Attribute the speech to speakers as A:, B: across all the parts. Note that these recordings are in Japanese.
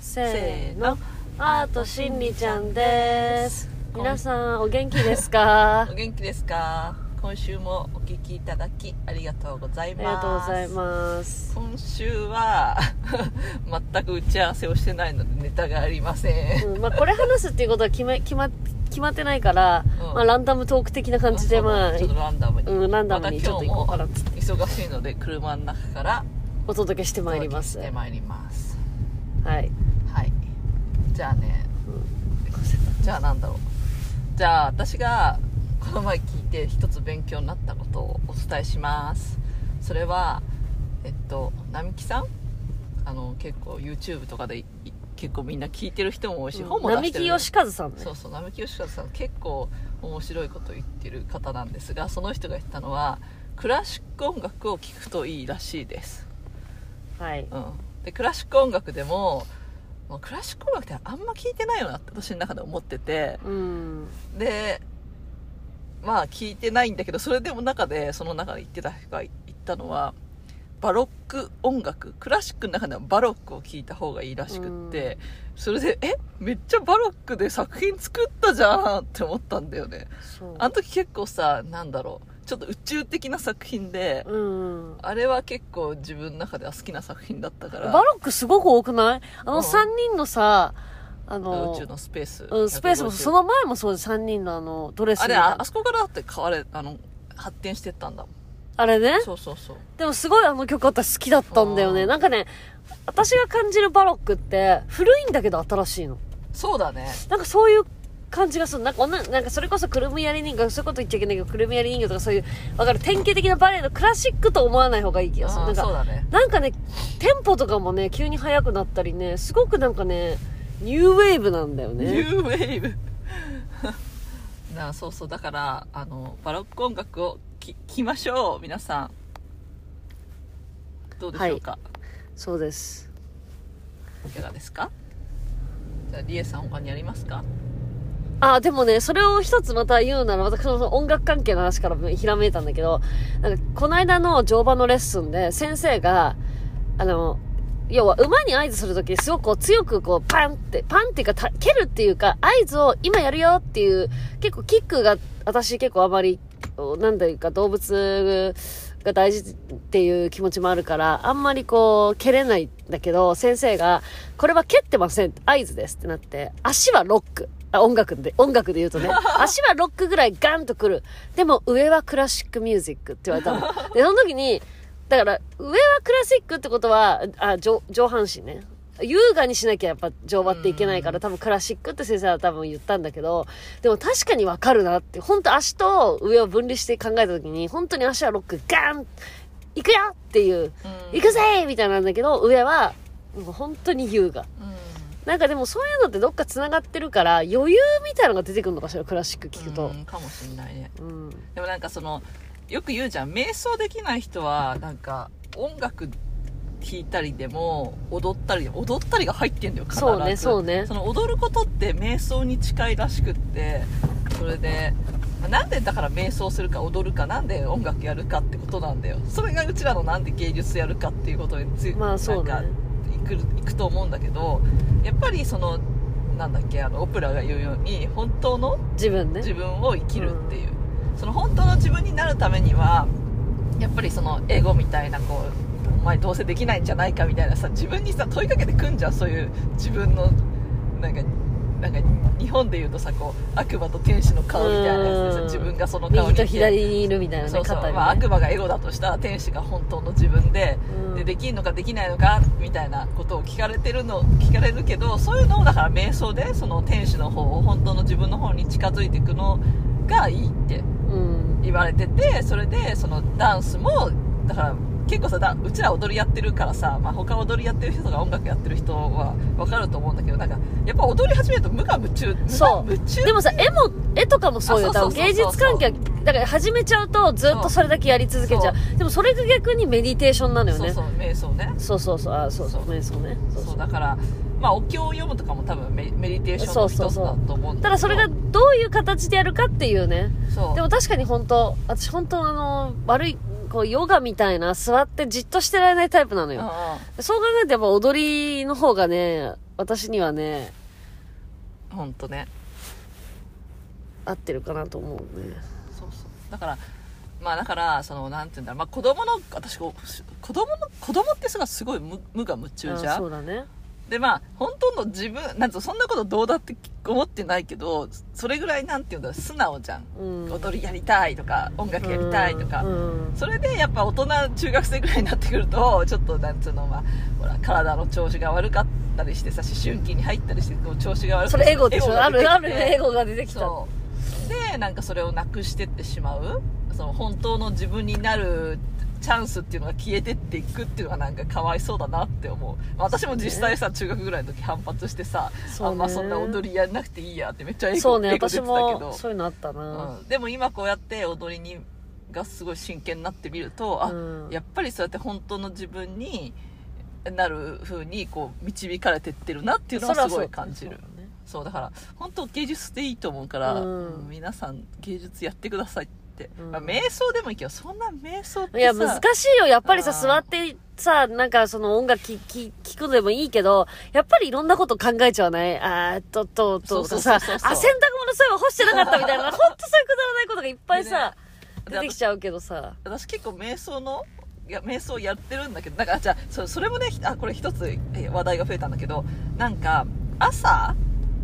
A: せー
B: せー
A: の
B: の
A: アートしんりちゃんです
B: こん
A: 皆さんお元気です かあ
B: お元気ですか今週もお聞きいただきありがとうござい
A: り
B: ます
A: がとうございます
B: 今週は 全く打ち合わせをしてないのでネタがありません
A: うんまあ、これ話すっていうことは決め決ま決まってないから、
B: うん
A: まあ、ランダムトーク的な感じで、まあ
B: ちょっとランダムに、
A: うん、ランダムにちょっと行こうかなっ
B: ま
A: て
B: た今日も忙しいので車の中から
A: お届けして
B: お
A: まいり
B: 届
A: ま
B: け
A: す
B: してまいります
A: はい
B: はいじゃあね、じゃあなんだろうじゃあ私がこの前聞いて一つ勉強になったことをお伝えしますそれはえっと並木さんあの結構 YouTube とかでい結構みんな聞いてる人も多いし、本も出
A: 並
B: してる
A: 木義和さんね
B: そうそう並木義和さん結構面白いこと言ってる方なんですがその人が言ったのはクラシック音楽を聴くといいらしいです、
A: はい
B: うん、でクラシック音楽でももうクラシック音楽ってあんま聴いてないよなって私の中で思ってて
A: うん
B: でまあ聞いてないんだけどそれでも中でその中で言ってた人が言ったのはバロック音楽クラシックの中ではバロックを聞いた方がいいらしくって、それでえめっちゃバロックで作品作ったじゃんって思ったんだよね
A: そう
B: あの時結構さなんだろうちょっと宇宙的な作品で、
A: うん
B: あれは結構自分の中では好きな作品だったから
A: バロックすごく多くないあ
B: う
A: の
B: ん
A: 3人のさ、あの
B: 宇宙のスペース、
A: うん、スペースもそ
B: の
A: の前もそうです3人のあのドレスみた
B: あれ
A: いな
B: ああそこからだって変われあの発展してったんだもん
A: あれね
B: そうそうそう
A: でもすごいあの曲私好きだったんだよ
B: あ
A: ね
B: ー
A: なんかね私が感じるバロックって古いんだけど新しいの
B: そうだね
A: なんかそういう感じがするなんか女なんかそれこそくるみやり人形そういうこと言っちゃいけないけどくるみやり人形とかそういうわかる典型的なバレエのクラシックと思わない方がいい気がする
B: あ
A: な
B: ー
A: ん
B: そ
A: か
B: うだね
A: なんかねテンポとかもね急に速くなったりねすごくなんかねニューウェーブなんだよ
B: ニ
A: ね
B: ューウェーブ なあそうそうだからあのバロック音楽を聴きましょう皆さんどうでしょうか、
A: そうです
B: い、かがですかじゃあリエさん他にありますか
A: あ、でもね、それを一つまた言うなら、私のその音楽関係の話からひらめいたんだけど、なんか、この間の乗馬のレッスンで、先生が、あの、要は馬に合図するとき、すごくこう強くこう、パンって、パンっていうか、た蹴るっていうか、合図を今やるよっていう、結構キックが、私結構あまり、なんだいうか、動物が大事っていう気持ちもあるから、あんまりこう、蹴れないんだけど、先生が、これは蹴ってません、合図ですってなって、足はロック。あ音楽で、音楽で言うとね、足はロックぐらいガンとくる。でも上はクラシックミュージックって言われたの。で、その時に、だから、上はクラシックってことは、あ、上、上半身ね。優雅にしなきゃやっぱ乗馬っていけないから、多分クラシックって先生は多分言ったんだけど、でも確かにわかるなって、本当足と上を分離して考えた時に、本当に足はロックガン行くよっていう、
B: うん
A: 行くぜみたいなんだけど、上は、もう本当に優雅。
B: う
A: なんかでもそういうのってどっか繋がってるから、余裕みたいなのが出てくるのかしら、クラシック聞くと
B: う。んかもしんないね
A: うん。
B: でもなんかそのよく言うじゃん瞑想できない人はなんか音楽聴いたりでも踊ったり踊ったりが入ってんだよ必ず
A: そうね、そうね。
B: その踊ることって瞑想に近いらしくってそれでまあなんでだから瞑想するか踊るかなんで音楽やるかってことなんだよそれがうちらのなんで芸術やるかっていうことについ
A: まあそうね
B: なんかいくいくと思うんだけどやっぱりそのなんだっけあのオプラが言うように本当の
A: 自分ね。
B: 自分を生きるっていう、その本当の自分になるためにはやっぱりそのエゴみたいなこうお前どうせできないんじゃないかみたいなさ自分にさ問いかけてくんじゃんそういう自分のなんかなんか日本で言うとさこう悪魔と天使の顔みたいなやつで
A: う
B: さ
A: ん
B: 自分がその
A: 右
B: 顔にいて
A: と左にいるみたいな
B: そ
A: ね、
B: うそう、
A: 肩にね。
B: まあ、悪魔がエゴだとしたら天使が本当の自分で,、
A: うん
B: でできるのかできないのかみたいなことを聞かれてるの聞かれるけどそういうのをだから瞑想でその天使の方を本当の自分の方に近づいていくのがいいって
A: うん。
B: 言われててそれでそのダンスもだから結構さだうちら踊りやってるからさ、まあ、他踊りやってる人とか音楽やってる人は分かると思うんだけどなんかやっぱ踊り始めると無我夢中無
A: そう
B: 我夢中
A: でもさ、絵も、絵とかもそうよ。
B: あ
A: 多
B: そうそう
A: 分
B: そ
A: 芸
B: うそう
A: 術関係は、だから始めちゃうとずっとそれだけやり続けちゃ。
B: そう
A: でもそれが逆にメディテーションなのよ
B: そう
A: ね。
B: そう瞑想ね
A: そうそうそう、あ、そうそう、
B: そ
A: 瞑想ね。そう
B: そ
A: そうう。
B: だからまあお経を読むとかも多分メメディテーションの一つだと思うんだけど
A: ただそれがどういう形でやるかっていうね。
B: そう
A: でも確かに本当、私本当あの、悪い、こう、ヨガみたいな、座ってじっとしてられないタイプなの
B: うん
A: よ。
B: う
A: そう考えてやっぱ踊りの方がね、私にはね、
B: ほんとね
A: 合ってるかなと思うね。
B: そうそうだからまあだからそのなんて言うんだろう、まあ、子供の私こう子供の子供ってすごいすごい無無我夢中じ
A: あ
B: ゃ
A: そ
B: ん
A: うだね。
B: でまあ本当の自分なんつうのそんなことどうだって思ってないけどそれぐらいなんて言うんだろう素直じゃん、
A: うん。
B: 踊りやりたいとか音楽やりたいとか、
A: うん。
B: それでやっぱ大人中学生ぐらいになってくるとちょっとなんつうのまあほら体の調子が悪かったりしてさ思春期に入ったりしてこう調子が悪
A: そ
B: く
A: れ
B: なって
A: エゴでしょ
B: が
A: あ
B: 出て
A: る
B: きて
A: あるエゴが出てきた。
B: そうでなんかそれをなくしてってしまうその本当の自分になるチャンスっていうのが消えてっていくっていうのがなんかかわいそうだなって思うまあ私も実際さ中学ぐらいの時反発してさ、
A: そう
B: あ
A: ね
B: んまそんな踊りやんなくていいやってめっちゃエゴ
A: そうね、
B: エゴ出
A: 私
B: てたけ
A: も
B: ど、
A: そういうのあったな。
B: うんでも今こうやって踊りにがすごい真剣になってみるとあ、
A: うん
B: やっぱりそうやって本当の自分になる風にこう導かれてってるなっていうの
A: そら
B: は
A: そう
B: すごい感じる
A: そうだね
B: そうだから本当芸術でいいと思うから、
A: うん
B: 皆さん芸術やってくださいって、
A: うん
B: まあ、瞑想でもいいけどそんな瞑想ってさ
A: いや、難しいよ。やっぱりさ、
B: うん
A: 座ってさ、なんかその音楽きき聞くのでもいいけど、やっぱりいろんなこと考えちゃわないあーっとっとっととかさ、あ、
B: そうそ
A: 洗
B: うそう
A: 濯
B: そ
A: 物
B: う
A: そういえば干してなかったみ たいな、ほんとそういうくだらないことがいっぱいさ、
B: で
A: 出てきちゃうけどさ。
B: 私結構瞑想のいや瞑想やってるんだけどなんかじゃあそそれもねひあこれ一つえ話題が増えたんだけどなんか朝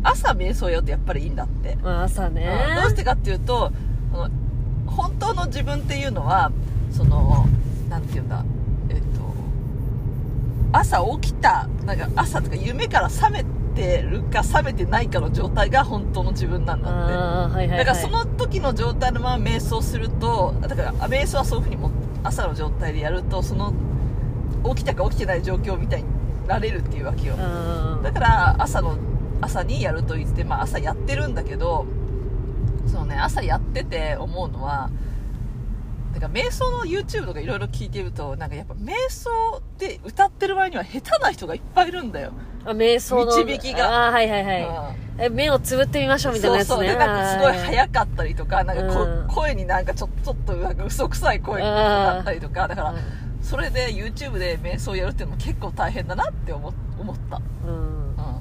B: 朝瞑想よってやっぱりいいんだって、
A: まあ朝ね。
B: うんどうしてかっていうとその本当の自分っていうのはそのなんていうんだえっと朝起きたなんか朝とか夢から覚めてるか覚めてないかの状態が本当の自分なんだって
A: ああ、はいはい、はい。
B: だからその時の状態のまま瞑想するとだからあ瞑想はそういうふうにも朝の状態でやるとその起きたか起きてない状況みたいになれるっていうわけよ
A: うん、
B: だから朝の朝にやると言って、まあ、朝やってるんだけどそうね朝やってて思うのはだから瞑想の YouTube とかいろいろ聞いてるとなんかやっぱ瞑想で歌ってる場合には下手な人がいっぱいいるんだよ、
A: あ瞑想の。
B: 導き
A: あ
B: が
A: あ、はいはいはい、
B: うん
A: え。目をつぶってみましょうみたいなやつね。
B: そうそうでなんかすごい
A: い。
B: 早かったりとかなんかこ、
A: うん
B: 声になんかちょちょっとなんか嘘くさい声だったりとかだからそれで YouTube で瞑想やるっていうのも結構大変だなって思思った、うん、
A: うん。
B: だか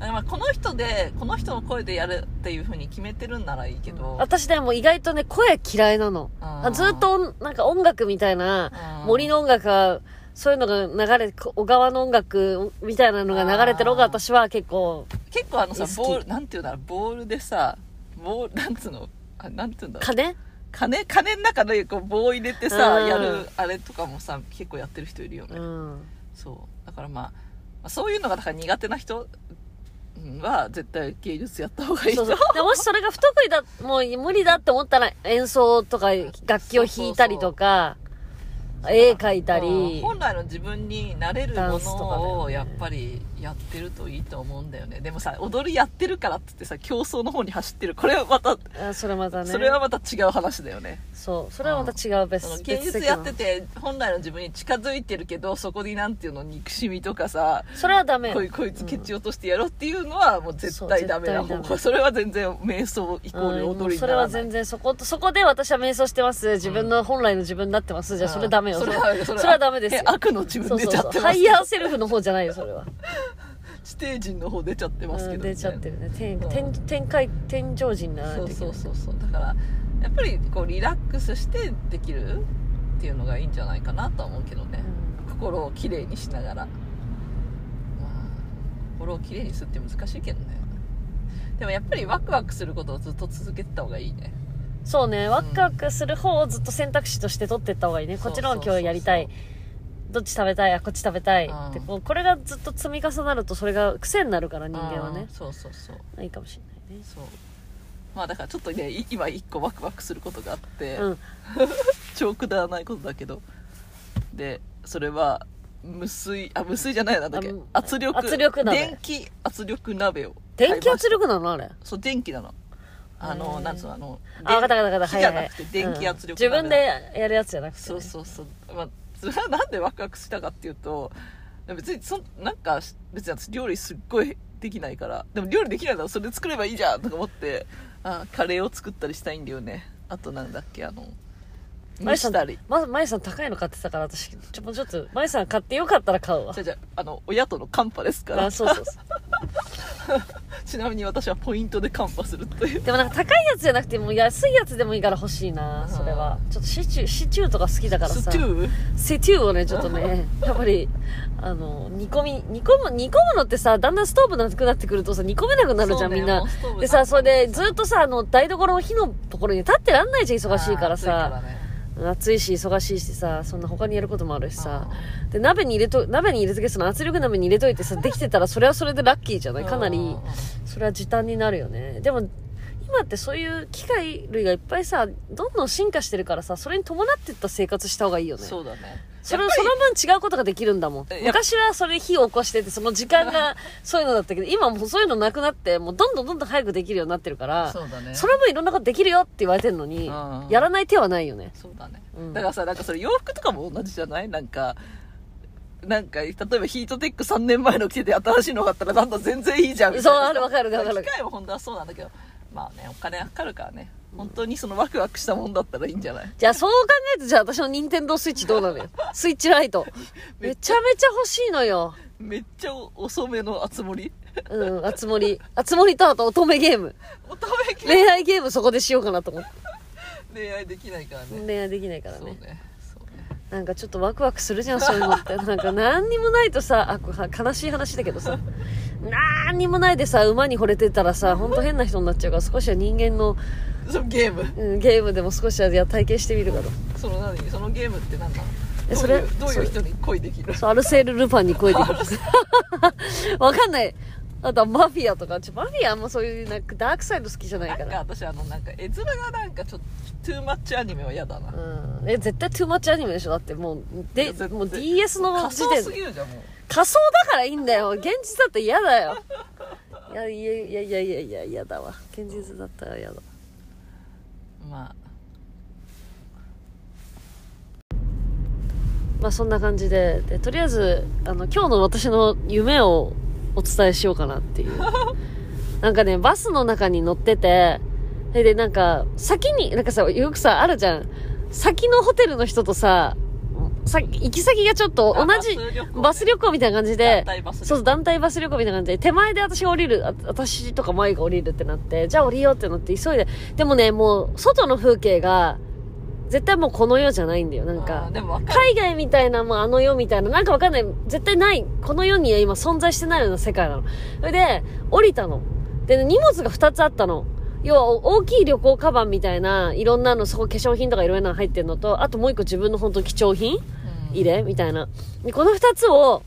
B: らまあこの人でこの人の声でやるっていうふうに決めてるんならいいけど、
A: 私でも意外とね、声嫌いなの。
B: あー
A: あずっと音、なんか音楽みたいな、
B: うん
A: 森の音楽が、そういうのが流れ、こ小川の音楽みたいなのが流れてるのが
B: あー
A: 私は結構、
B: 結構あのさ
A: 好き
B: ボールなんていうんだろうボールでさボールなんつうのあなんていうんだろう
A: 金
B: 金金の中でこう棒入れてさ
A: うん
B: やるあれとかもさ結構やってる人いるよね、
A: うん。
B: そうだからまあまあそういうのがだから苦手な人うんは絶対芸術やった方がいい
A: そ
B: と
A: うそう。でもしそれが不得意だ、もう無理だって思ったら演奏とか楽器を弾いたりとか、絵描いた
B: うん
A: り。
B: 本来の自分になれる
A: ダ
B: も
A: ンスとかだ
B: の
A: よ
B: を
A: ね
B: やっぱりやってるといいと思うんだよねでもさ踊りやってるからって言ってさ競争の方に走ってるこれはまた、
A: あそれまたね。
B: それはまた違う話だよね
A: そう。それはまた違う別
B: その芸
A: 別
B: 術
A: 席
B: や
A: な
B: っ
A: の
B: てて本来の自分に近づいてるけどそこになんていうの憎しみとかさ
A: それはダメ。
B: こいこいつ蹴散落としてやろうっていうのはもう絶対ダメな
A: そう
B: 方
A: 絶対ダ
B: 向
A: メ
B: それは全然瞑想イコール踊りに
A: そ
B: な
A: れ
B: ら
A: は
B: ない
A: 全然そことそこで私は瞑想してます自分の本来の自分になってますじゃあそれダメよ
B: うん
A: そ
B: そ
A: れ
B: れ
A: は
B: は
A: それはダメですよ
B: え悪の自
A: そ
B: 分
A: う
B: 出
A: そう
B: ちゃっ
A: そ
B: て
A: う
B: ま
A: ハ
B: す
A: イヤーセルフの方じゃないよそれは、
B: ステージの方出ちゃってますけ
A: うん
B: ど
A: 出ちゃってるね天天
B: うん
A: 天界天上人にならない
B: そ
A: とい
B: う
A: け
B: そ
A: ないう
B: そうそうだからやっぱりこうリラックスしてできるっていうのがいいんじゃないかなとは思うけどね、心をきれいにしながらまあ心をきれいにするって難しいけどねでもやっぱりワクワクすることをずっと続けてた方がいいね
A: うんそうねワクワクする方をずっと選択肢として取ってった方がいいねこっちの方が今日やりたいどっち食べたいあこっち食べたい
B: うん
A: ってこうこれがずっと積み重なるとそれが癖になるから人
B: 人
A: 間はね
B: そうそうそう
A: いいかもしれないね
B: そうまあだからちょっとねい今一個ワクワクすることがあって、
A: うん
B: 超くだらないことだけどでそれは無水あ無水じゃないなんだっけ
A: あの
B: 圧力
A: 圧力鍋
B: 電気圧力鍋を買いま
A: 電
B: し
A: 気
B: た
A: 圧力なのあれ
B: そう電気なのあ
A: へー
B: のなんつうのあの
A: あ、わかったわかったわかった。
B: 火じゃなくて電気圧力
A: うん自
B: 鍋、
A: 分でやるやつじゃなくて、ね。
B: そうそうそう、まあ、それはなんでワクワクしたかっていうと別にそんなんか別に私料理すっごいできないからでも料理できないならそれ作ればいいじゃんとか思ってあカレーを作ったりしたいんだよねあとなんだっけあの
A: マ
B: 蒸
A: リさ
B: し
A: ん
B: たり、
A: まず、マリさん高いの買ってたから、 私、ちょ、もうちょっと、マリさん買ってよかったら買うわ
B: じゃ。あじゃああの親とのカンパですから
A: あ、そうそうそう。
B: ちなみに私はポイントでカンパするという
A: でもなんか高いやつじゃなくてもう安いやつでもいいから欲しいなそれはちょっとシチューシチューとか好きだから
B: ス
A: さ
B: トゥー
A: セチューをねちょっと ねやっぱりあの煮込み煮込む煮込むのってさだんだんストーブなくなってくるとさ煮込めなくなるじゃんみんなでさそれでずっとさあの台所の火のところに立ってらんないじゃん忙しいからさ暑いし忙しいしさそんな他にやることもあるしさで鍋に入れと鍋に入れとけその圧力鍋に入れとい てさできてたらそれはそれでラッキーじゃないかなりそれは時短になるよねでも今ってそういう機械類がいっぱいさどんどん進化してるからさそれに伴ってった生活した方がいいよね
B: そうだね
A: それ
B: やっぱ
A: そ
B: り
A: の分違うことができるんだもん
B: やっぱ
A: 昔はそれ火を起こしててその時間がそういうのだったけど今もうそういうのなくなってもうどんどんどんどん早くできるようになってるから
B: そうだね
A: その分いろんなことできるよって言われてるのに
B: うん
A: やらない手はないよね
B: そうだね、
A: うん
B: だからさなんかそれ洋服とかも同じじゃないなんかなんか例えばヒートテック3年前の着てて新しいのがあったらなんだ全然いいじゃんみたい
A: そう
B: な
A: あるわかるわかる
B: 機械は本当はそうなんだけどまあねお金かかるからね本当にそのワクワクしたもんだったらいいんじゃない
A: じゃあそう考えるとじゃあ私の任天堂スイッチどうなのよスイッチライトめちゃめちゃ欲しいのよ
B: めっちゃ遅めのつもり
A: うんあつ森あつ森とあと乙女ゲーム
B: 乙女系
A: 恋愛ゲームそこでしようかなと思って
B: 恋愛できないからね
A: 恋愛できないから
B: そう
A: ね
B: ねそうね
A: なんかちょっとワクワクするじゃん、そういうの って。なんか何にもないとさ、あ、こ悲しい話だけどさ、何にもないでさ、馬に惚れてたらさ、ほんと変な人になっちゃうから、少しは人間の、
B: そのゲーム
A: うん、ゲームでも少しはや体験してみるかと。
B: その何そのゲームって何なの
A: えそ
B: どうい
A: れ
B: うどういう人に恋できる
A: そう、アルセール・ルパンに声できる。わかんない。あとはマフィアとか、ちょ、マフィアもそういう、なんかダークサイド好きじゃないか。
B: なんから私あのなんか絵面がなんかちょっとトゥーマッチアニメは嫌だな
A: うん、え絶対トゥーマッチアニメでしょだってもう
B: いや
A: で
B: 絶対
A: もう DS の
B: 仮
A: 時
B: 想
A: 点
B: すぎ
A: で
B: るじゃんもう
A: 仮想だからいいんだよ現実だって嫌だよいやいやいやいやいやいや嫌だわ現実だったら嫌だ
B: まあ
A: まあそんな感じででとりあえずあの今日の私の夢をお伝えしようかなっていう なんかねバスの中に乗っててででなんか先になんかさよくさあるじゃん先のホテルの人とささ行き先がちょっと同じ
B: あバス旅行ね
A: バス旅行みたいな感じで
B: 団体バス旅行
A: そうそう団体バス旅行みたいな感じで手前で私が降りるあ私とか前が降りるってなってじゃあ降りようってなって急いででもねもう外の風景が絶対もうこの世じゃないんだよなん
B: あ
A: か
B: ーでもわかる
A: 海外みたいな、もうあの世みたいな、なんかわかんない、絶対ない、この世には今存在してないような世界なの。それで、降りたの。で、荷物が2つあったの。要は、大きい旅行カバンみたいな、いろんなの、そこ化粧品とかいろんなの入ってるのと、あともう一個自分の本当貴重品
B: うん
A: 入れみたいな。で、この2つを、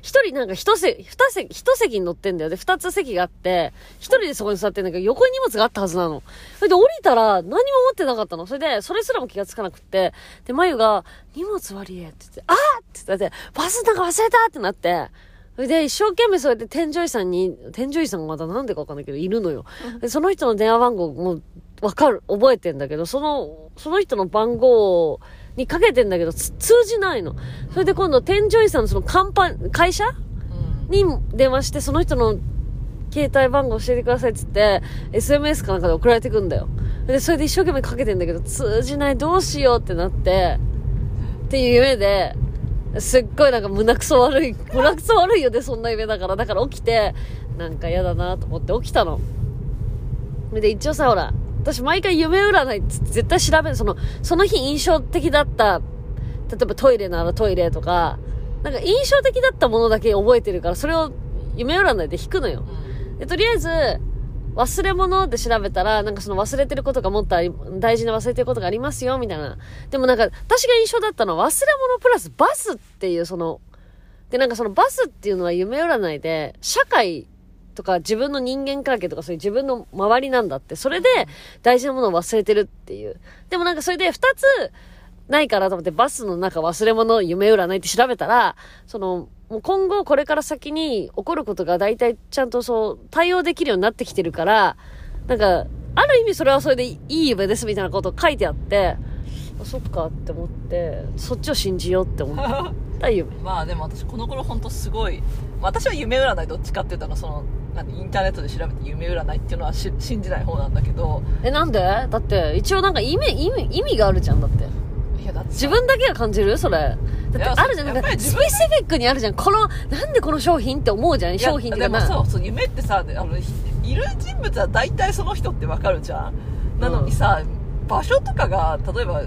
A: 一人なんか一席、二席、一席に乗ってんだよ。で、二つ席があって、一人でそこに座ってんだけど、横に荷物があったはずなの。それで降りたら何も持ってなかったの。それで、それすらも気がつかなくって、で、まゆが、荷物割りえって言って、あーって言って、バスなんか忘れたってなって、それで、一生懸命そうやって添乗員さんに、添乗員さんがまたなんでかわかんないけど、いるのよ。でその人の電話番号もわかる、覚えてんだけど、その、その人の番号にかけてんだけど、つ通じないの。それで今度、添乗員さんのそのカンパ会社
B: うん
A: に電話して、その人の携帯番号教えてくださいって言って、SMS かなんかで送られてくんだよ。で、それで一生懸命かけてんだけど、通じない、どうしようってなって、っていう夢で、すっごいなんか胸くそ悪い、胸くそ悪いよね、そんな夢だから。だから起きて、なんか嫌だなと思って起きたの。で、一応さ、ほら、私毎回夢占いっつって絶対調べる。その、その日印象的だった、例えばトイレならトイレとか、なんか印象的だったものだけ覚えてるから、それを夢占いで引くのよ。で、とりあえず、忘れ物って調べたら、なんかその忘れてることがもっとあり大事な忘れてることがありますよ、みたいな。でもなんか、私が印象だったのは忘れ物プラスバスっていうその、で、なんかそのバスっていうのは夢占いで、社会とか自分の人間関係とかそういう自分の周りなんだって、それで大事なものを忘れてるっていう。でもなんかそれで二つないからと思ってバスの中忘れ物夢占いって調べたら、その、もう今後これから先に起こることが大体ちゃんとそう対応できるようになってきてるから、なんか、ある意味それはそれでいい夢ですみたいなこと書いてあって、あそっかって思って、そっちを信じようって思った夢。
B: まあでも私この頃本当すごいまあ私は夢占いどっちかって言ったらその何インターネットで調べて夢占いっていうのはし信じない方なんだけど
A: え、なんでだって、一応なんか意味、意味、意味があるじゃん、だって。
B: いやだってさ
A: 自分だけが感じるそれ。だってあるじゃん、
B: い
A: な
B: や
A: んか
B: やっぱり
A: ス
B: 自
A: ペ
B: 分
A: シフィックにあるじゃん。この、なんでこの商品って思うじゃん。商品って
B: で
A: か
B: も
A: な。
B: そうそう夢ってさであのひいる人物は大体その人ってわかるじゃんなのにさ、場所とかが例えば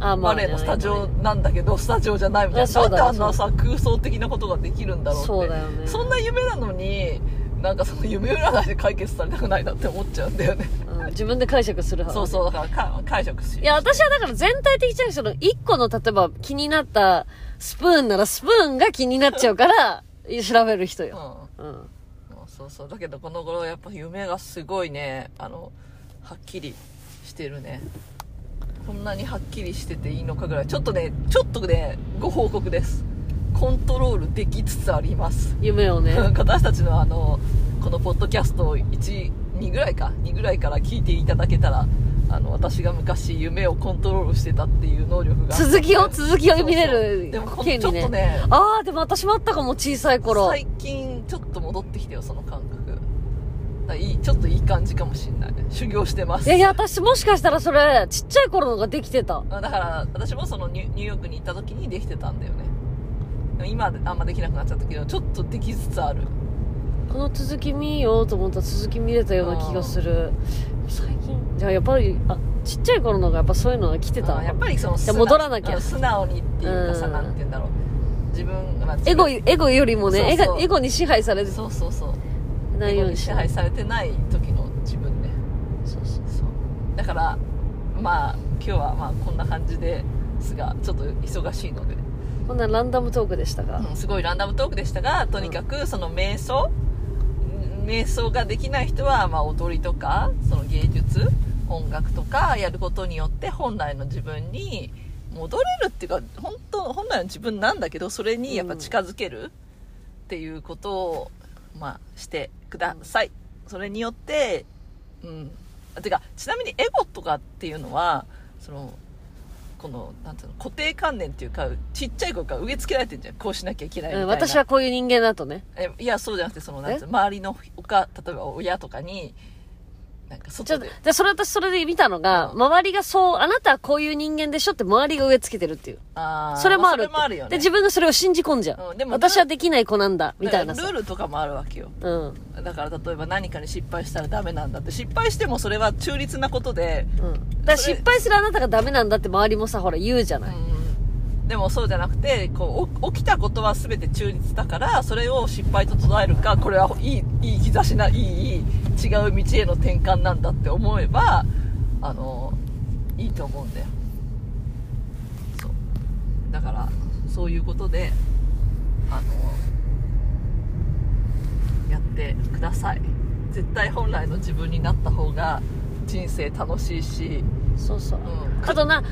A: あまあ
B: バレエのスタジオなんだけどスタジオじゃないみ
A: い
B: たい
A: やそ
B: な
A: うだよ
B: なんであんなさ空想的なことができるんだろうって
A: そうだよね
B: そんな夢なのになんかその夢占いで解決されたくないなって思っちゃうんだよね
A: うん自分で解釈する派。
B: そうそうだからか解釈し
A: いや、私はだから全体的じゃなくて、その一個の例えば気になったスプーンならスプーンが気になっちゃうから、調べる人
B: うん
A: よ。うん。
B: そうそうだけどこの頃やっぱ夢がすごいねあのはっきりしてるねこんなにはっきりしてていいのかぐらいちょっとねちょっとねご報告ですコントロールできつつあります
A: 夢を ね。
B: 私たちのあのこのポッドキャストを12ぐらいか2ぐらいから聞いていただけたらあの私が昔夢をコントロールしてたっていう能力が
A: 続きを、続きを見れ
B: そうそうで
A: る
B: もこ
A: 権
B: ちょ
A: 利
B: っと
A: ね。
B: ね
A: あー、でも私もあったかも、小さい頃。
B: 最近ちょっと戻ってきてよその感覚だからいいちょっといい感じかもしんない修行してます
A: いやいや、私もしかしたらそれ、ちっちゃい頃のができてた。
B: あだから私もそのニュニューヨークに行った時にできてたんだよねでも今はあんまできなくなっちゃったけどちょっとできつつある
A: この続き見ようと思ったら続き見れたような気がする。最近。じゃあやっぱり、あ、ちっちゃい頃のがやっぱそういうのが来てた
B: あ。やっぱりその
A: じゃあ
B: 素直
A: 戻らなきゃ
B: うん素直にっていうかさ、
A: うん
B: なんて言うんだろう自分、まあ
A: エゴ、エゴよりもね、
B: そうそう
A: エゴエゴに支配されて
B: そうそうそう
A: ない
B: エゴ
A: よう
B: に
A: にし
B: 支
A: ない
B: 配。されてない時の自分ね
A: そうそう
B: そうだからまあ今日はまあこんな感じですがちょっと忙しいので
A: こんなランダムトークでしたが。
B: うんすごいランダムトークでしたがとにかくその瞑想、うん瞑想ができない人は、まあ、踊りとかその芸術音楽とかやることによって本来の自分に戻れるっていうか本当本来の自分なんだけどそれにやっぱ近づけるっていうことを、まあ、してください、それによってうんあてかちなみにエゴとかっていうのはそのこのなんていうの固定観念っていうかちっちゃい頃から植え付けられてるじゃんこうしなきゃいけないみた
A: う
B: い
A: ん、
B: な、
A: 私はこういう人間だとね。
B: えいやそうじゃなくてそのなんていうの周りのおか例えば親とかになんか
A: ちょ
B: 外
A: っと
B: で、
A: で、それ私それで見たのが、
B: うん
A: 周りがそう、あなたはこういう人間でしょって周りが植え付けてるっていう。
B: あー
A: それもあるっ
B: そ
A: て
B: れもあるよね
A: で、自分がそれを信じ込んじゃう。
B: うんでも
A: 私はできない子なんだ、みたいな
B: だ
A: さ
B: から。ルールとかもあるわけよ
A: うん。
B: だから例えば何かに失敗したらダメなんだって失敗してもそれは中立なことで、
A: うん。だから
B: それ
A: 失敗するあなたがダメなんだって周りもさ、ほら言うじゃない。
B: うんでもそうじゃなくてこうお起きたことは全て中立だからそれを失敗と捉えるかこれはいいいい兆しないいい違う道への転換なんだって思えばあのいいと思うんだよそうだからそういうことであのやってください絶対本来の自分になった方が人生楽しいし、
A: そうそう。
B: うん
A: あとな、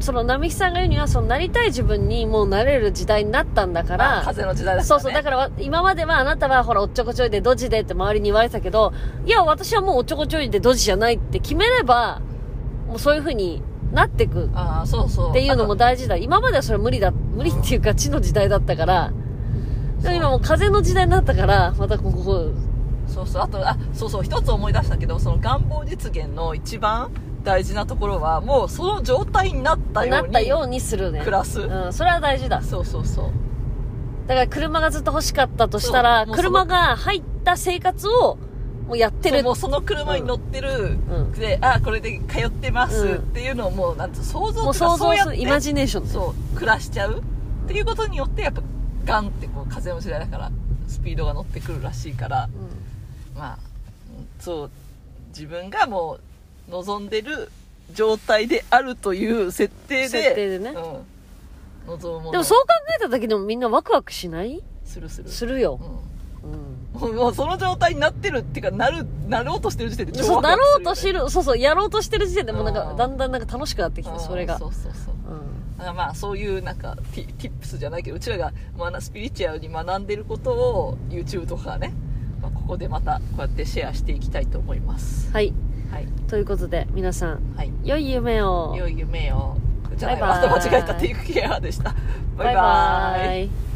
A: その、並木さんが言うには、その、なりたい自分にもうなれる時代になったんだから、
B: 風の時代だから、ね、
A: そうそう、だからわ今まではあなたはほらおっちょこちょいでドジでって周りに言われてたけど、いや、私はもうおっちょこちょいでドジじゃないって決めれば、もうそういう風になってくっ
B: ああそうそう
A: ていうのも
B: あ
A: 大事だ。今まではそれ無理だ、無理っていうか地の時代だったから、でも今もう風の時代になったから、またここ、
B: とそうそうあとあそうそう一つ思い出したけどその願望実現の一番大事なところはもうその状態になったよ
A: な
B: う
A: っ
B: に
A: たようにするね。
B: 暮らす
A: うん、それは大事だ。
B: そうそうそう
A: だから車がずっと欲しかったとしたら、
B: そうもうその
A: 車が入った生活をもうやってる
B: もうその車に乗ってる、
A: うん
B: であこれで通ってます、
A: うん
B: っていうのをもうなんつう想像
A: もう
B: とか
A: 想
B: そ
A: 像
B: うや
A: す
B: っ
A: る、
B: て
A: イマジネーション。
B: そう暮らしちゃうっていうことによってやっぱガンってこう風の時代だからスピードが乗ってくるらしいから
A: うん
B: まあうんそう自分がもう望んでる状態であるという設定で
A: 設定でね
B: うん、望むも
A: で
B: の
A: も
B: を
A: そう考えただけでもみんなワクワクしない
B: するする
A: するよ。
B: う
A: うん。
B: ん、もうもうその状態になってるっていうかなるなろうとしてる時点で
A: そう、なろうとして
B: る
A: る、そうそう、やろうとしてる時点でもうなんか、
B: うん
A: だんだんなんか楽しくなってきて、それが
B: そ。うそうそう
A: うん。
B: だからまあそういうなんかティティップスじゃないけどうちらが学スピリチュアルに学んでることを YouTube とかね、まあ、ここでまたこうやってシェアしていきたいと思います
A: はい。
B: はい
A: ということで、皆さん、
B: はい
A: 良い夢を。
B: 良い夢をじゃない
A: バイバイ
B: また間違えたテイクケアでしたバイバ
A: バイバ
B: イ
A: イ。